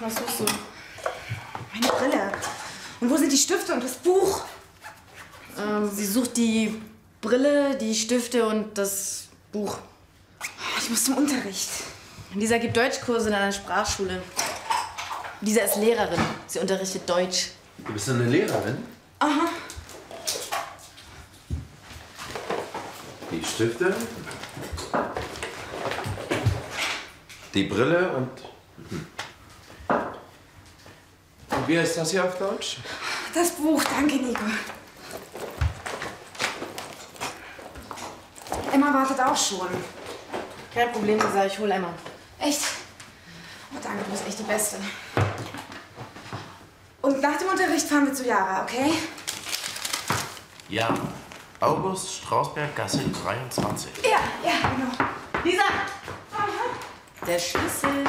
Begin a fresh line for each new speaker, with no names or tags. Was suchst du? Meine Brille. Und wo sind die Stifte und das Buch?
Ähm, sie sucht die Brille, die Stifte und das Buch.
Ich muss zum Unterricht.
Lisa gibt Deutschkurse in einer Sprachschule. Lisa ist Lehrerin. Sie unterrichtet Deutsch.
Du bist eine Lehrerin?
Aha.
Die Stifte, die Brille und. Hm. Und wie heißt das hier auf Deutsch?
Das Buch, danke, Nico. Emma wartet auch schon.
Kein Problem, Lisa, ich hol Emma.
Echt? Oh, danke, du bist echt die Beste. Und nach dem Unterricht fahren wir zu Yara, okay?
Ja. August Strausberg, Gasse 23.
Ja, ja, genau.
Lisa! Der Schlüssel.